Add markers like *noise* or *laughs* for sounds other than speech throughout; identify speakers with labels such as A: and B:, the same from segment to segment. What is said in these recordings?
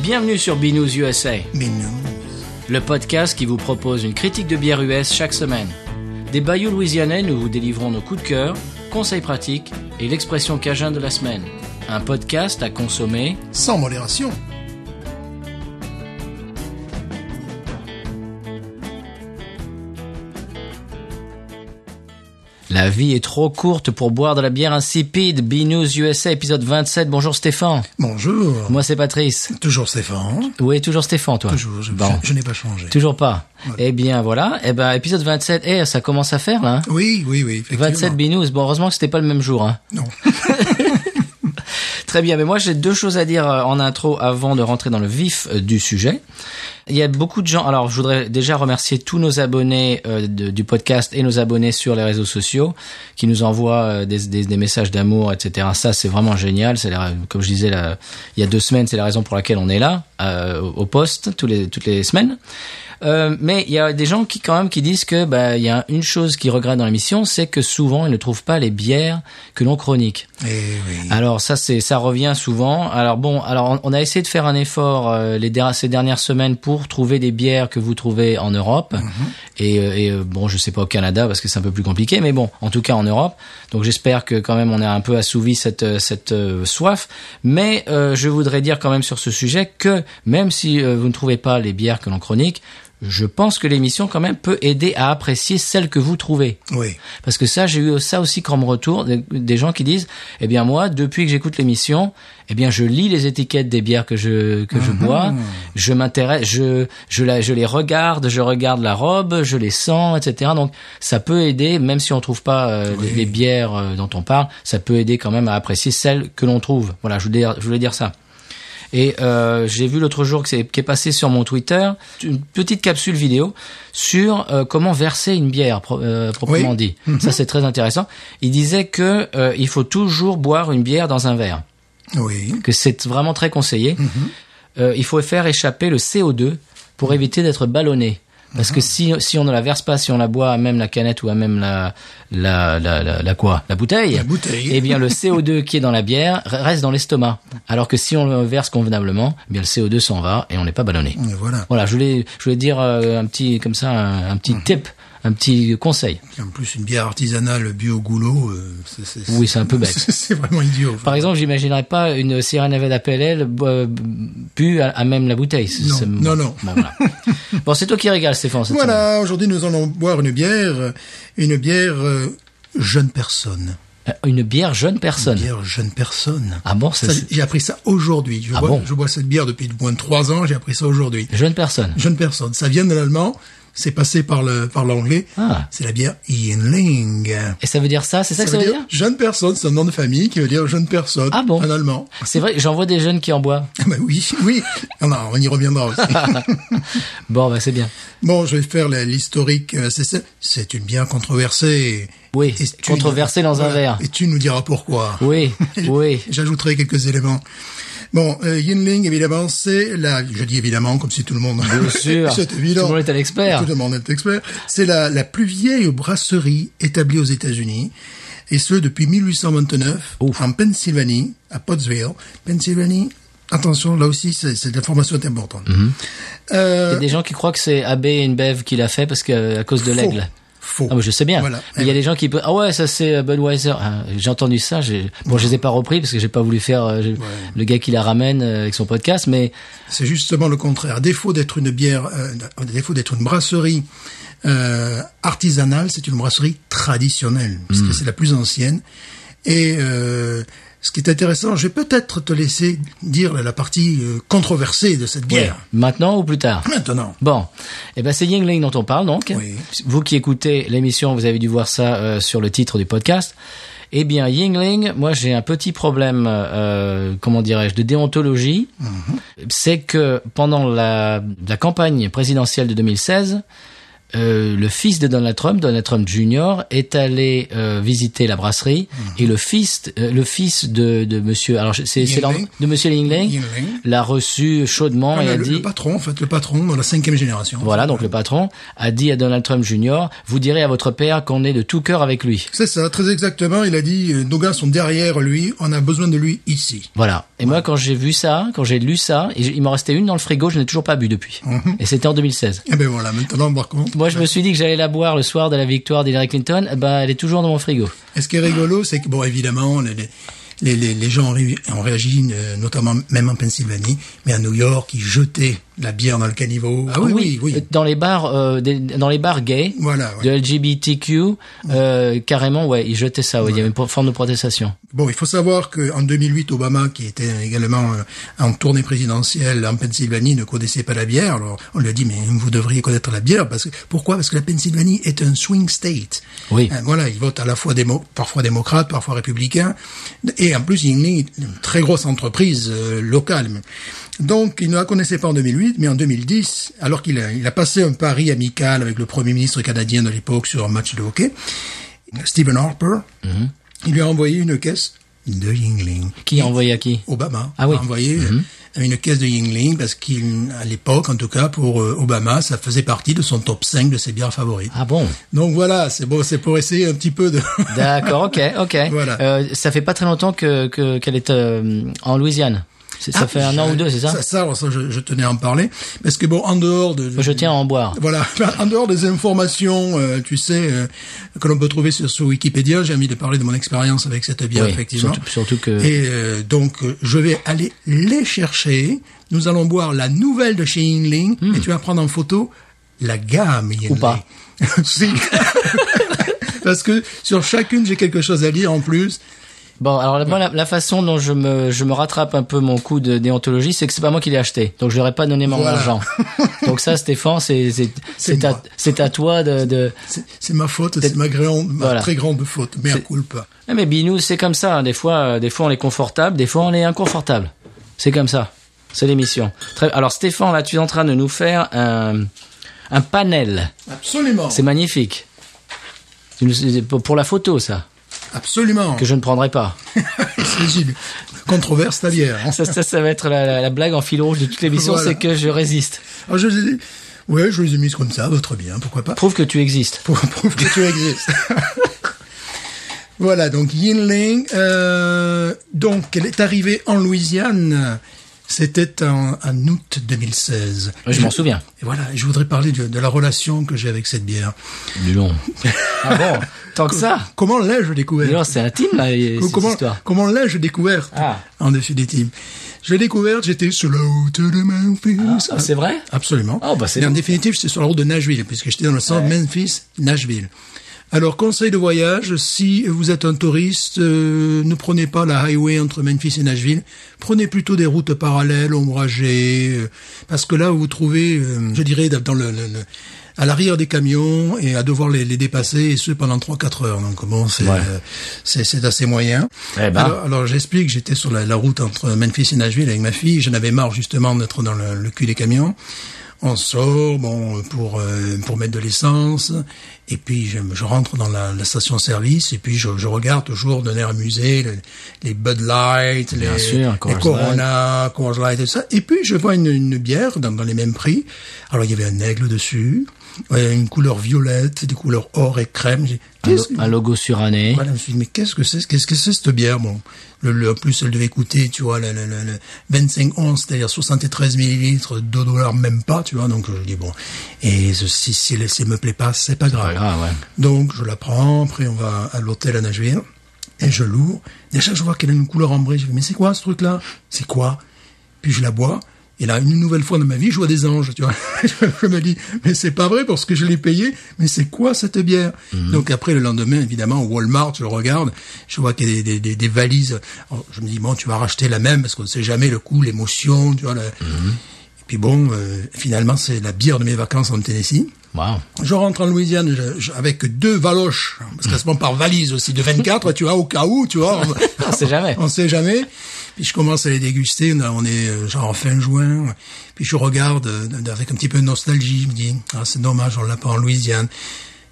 A: Bienvenue sur Binous USA,
B: Mais non.
A: le podcast qui vous propose une critique de bière US chaque semaine. Des bayous louisianais, nous vous délivrons nos coups de cœur, conseils pratiques et l'expression cajun de la semaine. Un podcast à consommer.
B: Sans modération.
A: La vie est trop courte pour boire de la bière insipide. Binous USA, épisode 27. Bonjour Stéphane.
B: Bonjour.
A: Moi c'est Patrice.
B: Toujours Stéphane.
A: Oui, toujours Stéphane, toi.
B: Toujours. Je,
A: Bon.
B: je- je n'ai pas changé.
A: Toujours pas.
B: Ouais.
A: Eh bien voilà. Eh ben épisode 27. Eh, ça commence à faire là. hein.
B: Oui, oui, oui. effectivement.
A: 27 binous. Bon, heureusement que c'était pas le même jour. Hein.
B: Non.
A: *laughs* Très bien, mais moi j'ai deux choses à dire euh, en intro avant de rentrer dans le vif euh, du sujet. Il y a beaucoup de gens. Alors, je voudrais déjà remercier tous nos abonnés euh, de- du podcast et nos abonnés sur les réseaux sociaux qui nous envoient euh, des, des- des messages d'amour, etc. Ça, c'est vraiment génial. C'est la- comme je disais la- il y a deux semaines, c'est la raison pour laquelle on est là euh, au au poste tous les, toutes les semaines. Euh, mais il y a des gens qui quand même qui disent que bah, il y a une chose qu'ils regrettent dans l'émission, c'est que souvent ils ne trouvent pas les bières que l'on chronique.
B: Eh oui.
A: Alors ça c'est ça revient souvent. Alors bon, alors on- on a essayé de faire un effort euh, les der- ces dernières semaines pour trouver des bières que vous trouvez en Europe et, euh, et, euh, bon je sais pas au Canada parce que c'est un peu plus compliqué, mais bon en tout cas en Europe. Donc j'espère que quand même on a un peu assouvi cette euh, cette euh, soif. Mais euh, je voudrais dire quand même sur ce sujet que même si euh, vous ne trouvez pas les bières que l'on chronique, je pense que l'émission quand même peut aider à apprécier celles que vous trouvez.
B: Oui.
A: Parce que ça, j'ai eu ça aussi comme retour, des- des gens qui disent, eh bien moi, depuis que j'écoute l'émission, eh bien je lis les étiquettes des bières que je que je bois, je m'intéresse, je je la, je les regarde, je regarde la robe, je les sens, etc. Donc ça peut aider, même si on trouve pas euh, les, les bières euh, dont on parle, ça peut aider quand même à apprécier celles que l'on trouve. Voilà, je voulais dire- je voulais dire ça. Et euh, j'ai vu l'autre jour que c'est qui est passé sur mon Twitter une petite capsule vidéo sur euh, comment verser une bière pro- euh, proprement
B: Oui. Mhm.
A: dit. Ça c'est très intéressant. Il disait que euh, il faut toujours boire une bière dans un verre,
B: Oui.
A: que c'est vraiment très conseillé.
B: Mhm.
A: Euh, il faut faire échapper le CO2 pour éviter d'être ballonné. Parce
B: Mhm.
A: que si, si on ne la verse pas, si on la boit à même la canette ou à même la la la, la, la quoi, la bouteille,
B: La bouteille.
A: eh bien, le CO2 qui est dans la bière re- reste dans l'estomac. Alors que si on le verse convenablement, eh bien, le CO2 s'en va et on n'est pas ballonné.
B: Et Voilà.
A: Voilà, je voulais, je voulais dire euh, un petit, comme ça, un, un
B: Hmm.
A: petit tip, un petit conseil.
B: En plus, une bière artisanale bio goulot, euh, c'est, c'est,
A: Oui, c'est un peu bête.
B: *laughs* C'est vraiment idiot.
A: Par exemple, j'imaginerais pas une Sierra Nevada PLL euh, bu à, à même la bouteille. C'est-
B: Non,
A: c'est-
B: non, non.
A: Bon,
B: *laughs*
A: voilà. Bon, c'est toi qui régales, Stéphane. cette semaine.
B: Voilà. Aujourd'hui, nous allons boire une bière, euh, une bière euh, jeune personne.
A: Euh, Une bière jeune personne.
B: Bière jeune personne.
A: Ah bon, c'est
B: Ça, j'ai appris ça aujourd'hui. Je,
A: Ah
B: bois,
A: bon
B: je bois cette bière depuis moins de trois ans. J'ai appris ça aujourd'hui.
A: jeune personne.
B: jeune personne. Ça vient de l'allemand, c'est passé par le par l'anglais.
A: Ah.
B: C'est la bière Yinling.
A: Et ça veut dire ça C'est ça, que ça veut dire,
B: jeune personne, c'est un nom de famille qui veut dire jeune personne
A: Ah bon
B: en allemand.
A: C'est vrai, j'en vois des jeunes qui en boivent.
B: Ah bah oui, *laughs* oui. Non, non, on y
A: *laughs*
B: reviendra aussi.
A: Bon, bah c'est bien.
B: bon, je vais faire la- l'historique. euh, C'est c'est- c'est une bière controversée.
A: Oui,
B: Et tu-
A: controversée dans un verre.
B: Et tu nous diras pourquoi. *laughs*
A: Oui, *laughs* oui.
B: J'ajouterai quelques éléments. Bon, euh, Yinling, évidemment, c'est la... Je dis évidemment, comme si tout le monde... *laughs* Bien
A: sûr.
B: c'est évident.
A: Tout le monde est un expert.
B: Tout le monde est expert. C'est la, la plus vieille brasserie établie aux États-Unis, et ce, depuis 1829,
A: Ouf.
B: en Pennsylvanie, à Pottsville. Pennsylvanie, attention, là aussi, c'est c'est- l'information est importante.
A: Mhm. Il y
B: Euh,
A: a des gens qui croient que c'est Abbé Inbev qui l'a fait parce que euh, à cause de
B: faux.
A: l'aigle.
B: Faux.
A: Ah, mais je sais bien.
B: Voilà.
A: Mais Il y a des gens qui peuvent. Ah ouais, ça c'est euh, Budweiser. Ah, j'ai entendu ça. J'ai... Bon, je les ai pas repris parce que j'ai pas voulu faire euh, je- le gars qui la ramène euh, avec son podcast. Mais
B: C'est justement le contraire. À défaut d'être une bière, euh, à défaut d'être une brasserie euh, artisanale, c'est une brasserie traditionnelle, parce
A: Hmm.
B: que c'est la plus ancienne. Et euh, ce qui est intéressant, je vais peut-être te laisser dire la, la partie euh, controversée de cette bière.
A: maintenant ou plus tard.
B: Maintenant.
A: Bon, eh ben c'est Yingling dont on parle donc.
B: Oui.
A: Vous qui écoutez l'émission, vous avez dû voir ça euh, sur le titre du podcast. Eh bien, Yingling, moi j'ai un petit problème, euh, comment dirais-je, de déontologie.
B: Mm-hmm.
A: C'est que pendant la, la campagne présidentielle de 2016, euh, le fils de Donald Trump, Donald Trump Jr., est allé euh, visiter la brasserie
B: Mm-hmm.
A: et le fils, euh, le fils de, de Monsieur, alors je- c'est c'est leur-
B: Yingling.
A: de Monsieur Lingling,
B: Yingling.
A: l'a reçu chaudement
B: Ah,
A: et a
B: le,
A: dit.
B: le patron, en fait, le patron dans la cinquième génération.
A: Voilà, donc le patron a dit à Donald Trump Jr. Vous direz à votre père qu'on est de tout cœur avec lui.
B: C'est ça, très exactement. Il a dit, euh, nos gars sont derrière lui, on a besoin de lui ici.
A: Voilà. Et moi, quand j'ai vu ça, quand j'ai lu ça, et j- il m'en restait une dans le frigo, je n'ai toujours pas bu depuis.
B: Mhm.
A: Et c'était en 2016.
B: Et ben voilà, maintenant, par contre,
A: Moi, je me suis dit que j'allais la boire le soir de la victoire d'Hillary Clinton. Eh ben, elle est toujours dans mon frigo.
B: Et ce qui est rigolo, c'est que, bon, évidemment, les, les- les, les, les gens ont ré- ont réagi, euh, notamment même en Pennsylvanie, mais à New York, ils jetaient la bière dans le caniveau. Ah oui, oui, oui.
A: Euh, Dans les bars, euh, des- dans les bars gays,
B: Voilà. ouais.
A: de LGBTQ, euh, carrément, ouais, ils jetaient ça. Ouais. Il y avait une pro- forme de protestation.
B: Bon, il faut savoir qu'en 2008, Obama, qui était également euh, en tournée présidentielle en Pennsylvanie, ne connaissait pas la bière. Alors, on lui a dit, mais vous devriez connaître la bière. Parce que, pourquoi Parce que la Pennsylvanie est un swing state.
A: Oui.
B: Euh, voilà, il vote à la fois démo, parfois démocrate, parfois républicain. Et en plus, Yingling est une très grosse entreprise euh, locale. Donc, il ne la connaissait pas en 2008, mais en 2010, alors qu'il a, il a passé un pari amical avec le Premier ministre canadien de l'époque sur un match de hockey, Stephen Harper, il lui a envoyé une caisse de Yingling.
A: Qui a envoyé à qui
B: Obama
A: Ah oui.
B: a envoyé euh, une caisse de Yingling parce qu'il, à l'époque, en tout cas, pour euh, Obama, ça faisait partie de son top 5 de ses bières favorites.
A: Ah bon
B: Donc voilà, c'est bon, c'est pour essayer un petit peu de.
A: D'accord, ok, ok.
B: *laughs* Voilà.
A: Euh, ça fait pas très longtemps que que- qu'elle est euh, en Louisiane. C'est- Ça
B: Ah,
A: fait un
B: je-
A: an ou deux, c'est ça,
B: Ça, alors ça, je, je tenais à en parler parce que bon, en dehors de.
A: Je tiens à en boire.
B: Voilà, *laughs* en dehors des informations, euh, tu sais, euh, que l'on peut trouver sur, sur Wikipédia, j'ai envie de parler de mon expérience avec cette bière,
A: Oui,
B: effectivement.
A: surtout- surtout que-
B: Et euh, donc, euh, je vais aller les chercher. Nous allons boire la nouvelle de chez Yingling et tu vas prendre en photo la gamme Yingling.
A: Hmm. pas.
B: *laughs* Si. Parce que sur chacune, j'ai quelque chose à lire en plus.
A: Bon, alors la- moi, la, la façon dont je me, je me rattrape un peu mon coup de déontologie, c'est que c'est pas moi qui l'ai acheté. Donc je n'aurais pas donné mon
B: Voilà. *laughs*
A: argent. Donc ça, Stéphane, c'est c'est-
B: C'est
A: c'est à,
B: moi.
A: c'est à toi de... de...
B: C'est- C'est ma faute, c'est ma, grande, ma
A: Voilà.
B: très grande faute, mais à culpa.
A: Eh, mais Binou, c'est comme ça. hein. Des fois, euh, des fois on est confortable, des fois on est inconfortable. C'est comme ça. C'est l'émission. Très- Alors Stéphane, là, tu es en train de nous faire un, un panel.
B: Absolument.
A: C'est magnifique. Tu nous- c'est pour- Pour la photo, ça,
B: Absolument.
A: que je ne prendrai pas.
B: *laughs* Il s'agit de controverse ta bière. hein.
A: Ça, ça, ça va être la, la- la blague en fil rouge de toute l'émission,
B: Voilà.
A: c'est que je résiste.
B: Alors Ah, je les ai, ouais, je les ai mises comme ça, votre bien, pourquoi pas, *laughs*
A: Prouve que tu existes.
B: pour prouver que tu existes. *laughs* voilà, donc Yinling, euh, donc elle est arrivée en Louisiane, c'était en, en août 2016.
A: Oui, je m'en souviens.
B: Et voilà, je voudrais parler de, de la relation que j'ai avec cette bière.
A: Du long. Ah bon Tant que ça
B: Comment l'ai-je
A: Dis donc,
B: découverte
A: c'est intime, là, et- cette
B: Comment,
A: histoire.
B: comment l'ai-je découverte
A: Ah.
B: En définitive, je l'ai découverte, j'étais sur la route de Memphis.
A: Ah, c'est vrai
B: Absolument.
A: Ah, bah, c'est
B: Et en
A: bon.
B: définitive, j'étais sur la route de Nashville, puisque j'étais dans le centre Memphis-Nashville. Alors, conseil de voyage, si vous êtes un touriste, euh, ne prenez pas la highway entre Memphis et Nashville. Prenez plutôt des routes parallèles, ombragées, euh, parce que là, vous vous trouvez, euh, je dirais, dans le, le- le- à l'arrière des camions et à devoir les, les dépasser, et ce, pendant 3-4 heures. Donc, bon, c'est euh, c'est- c'est assez moyen.
A: Eh ben.
B: Alors, alors, j'explique, j'étais sur la, la route entre Memphis et Nashville avec ma fille, j'en avais marre justement d'être dans le, le cul des camions. On sort, bon, pour euh, pour mettre de l'essence, et puis je, je rentre dans la, la station-service, et puis je, je regarde toujours d'un air amusé le- les Bud Light, les,
A: sûr, Coors
B: les Corona, Coors Light et tout ça. Et puis je vois une, une bière dans, dans les mêmes prix. Alors il y avait un aigle dessus, ouais, une couleur violette, des couleurs or et crème. J'ai-
A: un,
B: Qu'est-ce
A: lo- un logo suranné.
B: voilà, je me suis dit, mais qu'est-ce que c'est, qu'est-ce que c'est cette bière, bon. Le, le- en plus, elle devait coûter, tu vois, le, le, le, le 25 onces, c'est-à-dire 73 millilitres, 2 dollars même pas, tu vois, donc je dis bon. Et ce- si, si, elle- si elle me plaît pas, c'est pas grave.
A: Ah ouais.
B: Donc, je la prends, après on va à l'hôtel à Nashville, et je l'ouvre. Déjà, je vois qu'elle a une couleur ambrée, je dis, mais c'est quoi ce truc-là? C'est quoi? Puis je la bois. Et là, une nouvelle fois dans ma vie, je vois des anges, tu vois. *laughs* je me dis, mais c'est pas vrai parce que je l'ai payé, mais c'est quoi cette bière Donc après, le lendemain, évidemment, au Walmart, je regarde, je vois qu'il y a des, des- des- des valises. Alors, je me dis, bon, tu vas racheter la même parce qu'on ne sait jamais le coût, l'émotion, tu vois. le- Mhm. Et puis bon, euh, finalement, c'est la bière de mes vacances en Tennessee.
A: Wow.
B: Je rentre en Louisiane je- je- avec deux valoches, parce qu'à ce moment par valise aussi de 24, tu vois, au cas où, tu vois. on-
A: *laughs* On sait jamais.
B: On sait jamais. Puis je commence à les déguster, on est euh, genre fin juin, ouais. puis je regarde euh, avec un petit peu de nostalgie, je me dis, ah, c'est dommage, on l'a pas en Louisiane.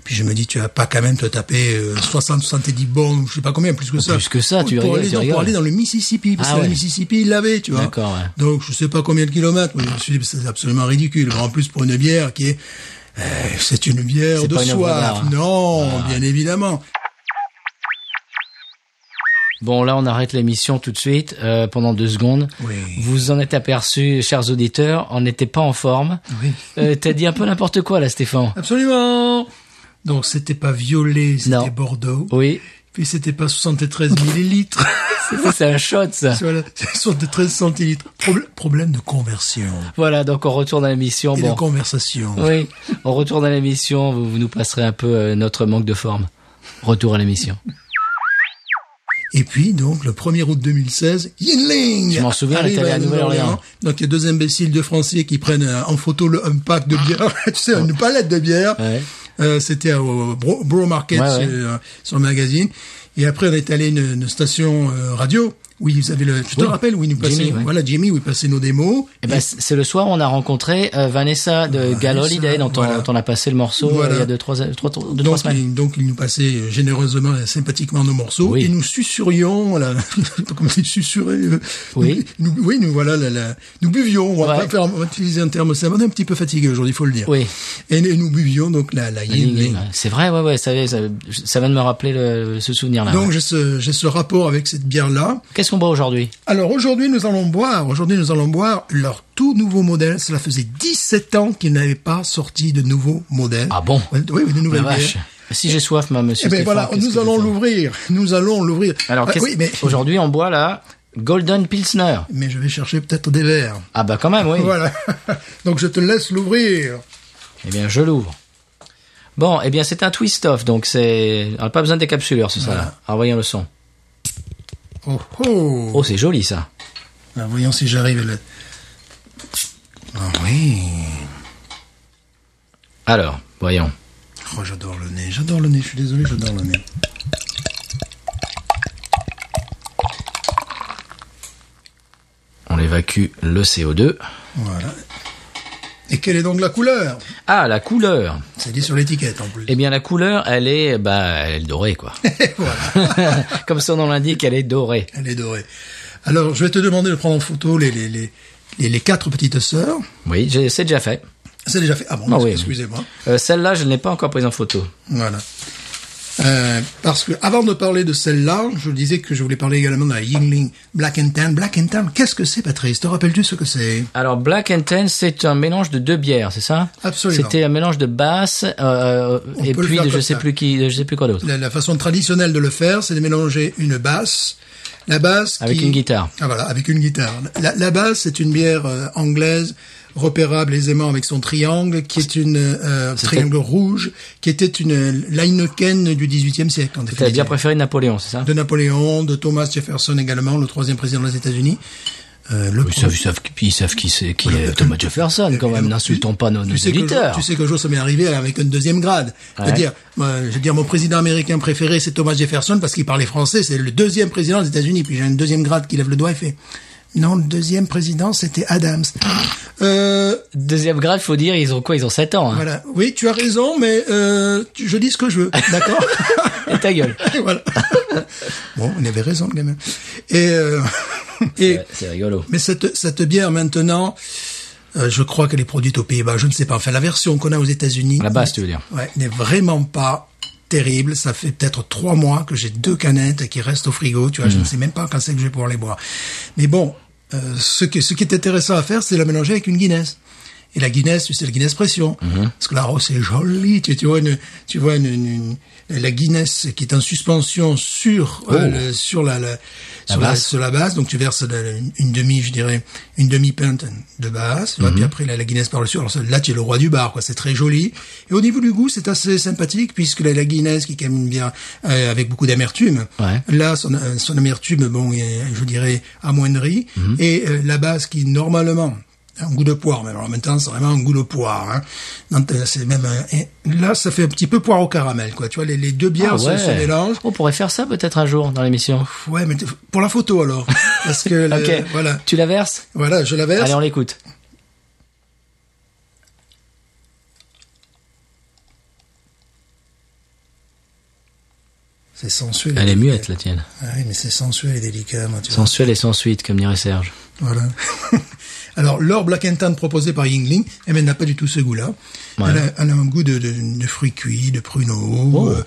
B: Puis je me dis, tu vas pas quand même te taper euh, 60, 70 bornes, je sais pas combien, plus que ça.
A: Plus que ça,
B: Pour-
A: tu
B: pour
A: rigoles,
B: aller,
A: tu
B: dans-
A: rigoles.
B: Pour aller dans le Mississippi, parce
A: Ah
B: que
A: ouais.
B: le Mississippi, il l'avait, tu vois.
A: D'accord, ouais.
B: Donc je sais pas combien de kilomètres. Oui, Je me suis dit, mais c'est absolument ridicule. En plus pour une bière qui est, euh, c'est une Ah. bière
A: C'est
B: de
A: pas une œuvre
B: soif.
A: d'art, hein.
B: Non, bien évidemment.
A: Bon, là, on arrête l'émission tout de suite euh, pendant deux secondes.
B: Oui.
A: Vous en êtes aperçu, chers auditeurs, on n'était pas en forme.
B: Oui.
A: Euh, T'as dit un peu n'importe quoi là, Stéphane.
B: Absolument. Donc c'était pas violet,
A: Non. Oh.
B: c'était Bordeaux.
A: Oui,
B: Puis c'était pas 73 millilitres.
A: Ça, c'est un shot ça.
B: voilà, c'est 73 centilitres. Probl- problème de conversion
A: Voilà, donc on retourne à l'émission.
B: et
A: Oh Bon.
B: de conversation.
A: Oui, on retourne à l'émission, vous, vous nous passerez un peu euh, notre manque de forme. Retour à l'émission.
B: Et puis, donc, le 1er août 2016, Yinling
A: Je m'en souviens, elle
B: arrive
A: était allée à Nouvelle-Orléans.
B: Donc, il y a deux imbéciles de Français qui prennent euh, en photo le, un pack de bière, *laughs* tu sais, une palette de bière.
A: Ouais.
B: Euh, C'était au Bro, Bro Market,
A: Ouais, ouais.
B: euh, sur le magazine. Et après, on est allé à une, une station euh, radio. Oui, vous avez le, tu te
A: Oui.
B: rappelles où il nous passait,
A: Jimmy, ouais.
B: voilà, Jimmy, où il passait nos démos.
A: Eh ben, c- c'est le soir où on a rencontré euh, Vanessa de Gal Holiday, dont on,
B: voilà.
A: dont on a passé le morceau euh,
B: Voilà.
A: il y a deux, trois, trois, trois- deux, trois
B: donc,
A: semaines.
B: il, donc, il nous passait euh, généreusement et sympathiquement nos morceaux
A: Oui.
B: et nous susurrions, *laughs* la, comme c'est susurrer, euh,
A: Oui.
B: nous, nous- oui, nous voilà, la, la- nous buvions, on va,
A: Ouais.
B: pas faire, on va utiliser un terme, ça on est un petit peu fatigué aujourd'hui, il faut le dire.
A: Oui.
B: Et nous nous buvions donc la, la Yingling.
A: C'est vrai, ouais, ouais, ça, ça, ça vient de me rappeler le- ce souvenir-là.
B: Donc
A: ouais.
B: j'ai ce, j'ai ce rapport avec cette bière-là.
A: Qu'est-ce qu'on boit aujourd'hui
B: Alors aujourd'hui nous allons boire, aujourd'hui nous allons boire leur tout nouveau modèle. Cela faisait 17 ans qu'ils n'avaient pas sorti de nouveau modèle.
A: Ah bon
B: Oui, oui, de
A: La
B: nouvelles
A: vache.
B: bières.
A: Si j'ai soif, ma monsieur.
B: Eh ben
A: Stéphane,
B: voilà,
A: qu'est-ce que
B: nous
A: je
B: allons
A: fais
B: l'ouvrir, nous allons l'ouvrir.
A: Alors,
B: Ah,
A: qu'est-ce-
B: oui, mais
A: aujourd'hui, on boit la Golden Pilsner.
B: mais je vais chercher peut-être des verres.
A: Ah bah quand même, oui.
B: Voilà. *laughs* Donc je te laisse l'ouvrir.
A: Eh bien, je l'ouvre. Bon, eh bien, c'est un twist-off, donc c'est... On n'a pas besoin de décapsuleur, ce ça là Alors, voyons le son.
B: Oh oh.
A: Oh, c'est joli, ça.
B: Ah, voyons si j'arrive là. Ah oui.
A: Alors, voyons.
B: Oh, j'adore le nez, j'adore le nez, je suis désolé, j'adore le nez.
A: On évacue le CO2.
B: Voilà. Et quelle est donc la couleur
A: Ah, la couleur
B: C'est dit sur l'étiquette en plus.
A: Eh bien, la couleur, elle est... Bah, elle est dorée, quoi. *laughs*
B: *laughs*
A: voilà. Comme son nom l'indique, elle est dorée.
B: Elle est dorée. Alors, je vais te demander de prendre en photo les, les, les, les, les quatre petites sœurs.
A: Oui, j'ai- c'est déjà fait.
B: C'est déjà fait. Ah bon,
A: Ah oui,
B: excusez-moi.
A: Euh, Celle-là, je ne l'ai pas encore prise en photo.
B: Voilà. Euh, parce que avant de parler de celle-là, je disais que je voulais parler également de la Yingling Black and Tan. Black and Tan, qu'est-ce que c'est, Patrice Te rappelles-tu ce que c'est
A: Alors, Black and Tan, c'est un mélange de deux bières, c'est ça
B: Absolument.
A: C'était un mélange de basse euh,
B: On
A: et
B: peut le
A: puis
B: faire
A: de je
B: comme
A: sais
B: ça.
A: plus qui, de je sais plus quoi d'autre.
B: la, la façon traditionnelle de le faire, c'est de mélanger une basse. La basse
A: Avec
B: qui-
A: une guitare.
B: Ah voilà, avec une guitare. La, la basse, c'est une bière euh, anglaise repérable aisément avec son triangle, qui est une euh, triangle rouge, qui était une Lineken du XVIIIe siècle. en
A: T'as
B: définitive.
A: bien préféré Napoléon, c'est ça
B: de Napoléon, de Thomas Jefferson également, le troisième président des États-Unis. Euh, le
A: Ils savent, ils savent, puis ils savent qui c'est, qui est Thomas Jefferson, quand même. N'insultons pas nos, nos
B: tu sais, que
A: éditeurs.
B: je- tu sais qu'un jour ça m'est arrivé avec un deuxième grade.
A: Ouais.
B: De dire, moi, je veux dire, mon président américain préféré c'est Thomas Jefferson parce qu'il parlait français, c'est le deuxième président des États-Unis. Puis j'ai un deuxième grade qui lève le doigt et fait, non, le deuxième président c'était Adams. Euh,
A: Deuxième grade, faut dire, ils ont quoi Ils ont 7 ans. Hein.
B: voilà. Oui, tu as raison, mais euh, tu- je dis ce que
A: *laughs*
B: je veux, d'accord
A: Et ta gueule.
B: Et voilà. Bon, on avait raison, le gamin. Et, euh, *laughs* *laughs* et
A: Ouais, C'est rigolo.
B: mais cette, cette bière maintenant, euh, je crois qu'elle est produite aux Pays-Bas. Je ne sais pas. Enfin, la version qu'on a aux États-Uunis.
A: La base, tu veux dire.
B: Ouais, n'est vraiment pas terrible. Ça fait peut-être trois mois que j'ai deux canettes qui restent au frigo. Tu vois,
A: Hmm.
B: je ne sais même pas quand c'est que je vais pouvoir les boire. Mais bon, euh, ce, que, ce qui est intéressant à faire, c'est la mélanger avec une Guinness. Et la Guinness, tu sais, la Guinness pression.
A: Hmm.
B: Parce que là, oh, c'est joli. Tu, tu vois, une, tu vois une, une- une- la Guinness qui est en suspension sur euh,
A: Oh.
B: le- sur la, la- sur la
A: base.
B: sur la base. Donc tu verses de- une, une demi, je dirais, une demi pinte de base. tu vois,
A: Mhm.
B: Puis après la, la Guinness par le dessus. Alors ça, là, tu es le roi du bar, quoi. C'est très joli. Et au niveau du goût, c'est assez sympathique puisque la, la Guinness, qui est quand même bien euh, avec beaucoup d'amertume.
A: Ouais.
B: Là, son, euh,
A: Mhm.
B: son amertume, bon, est, je dirais, amoindrie. Et euh, la base qui normalement un goût de poire même. Alors maintenant, c'est vraiment un goût de poire. Hein. Non, c'est même un- et là, ça fait un petit peu poire au caramel, quoi. Tu vois, les, les deux bières
A: Ah
B: se- se,
A: ouais.
B: mélangent.
A: On pourrait faire ça peut-être un jour dans l'émission.
B: Ouais, mais t- pour la
A: *laughs*
B: photo alors, parce que le-
A: Ok.
B: Euh, voilà,
A: Tu la verses
B: voilà, je la verse.
A: Allez, on l'écoute.
B: C'est sensuel.
A: Elle est muette, la tienne.
B: Ah oui, mais c'est sensuel et délicat, moi, tu vois.
A: Sensuelle et sensuite, comme dirait Serge.
B: Voilà. *laughs* Alors, l'or Black and Tan proposé par Yingling, eh ben, elle n'a pas du tout ce goût-là.
A: Ouais.
B: Elle, a, elle a un goût de, de, de fruits cuits, de pruneaux.
A: Oh.
B: euh,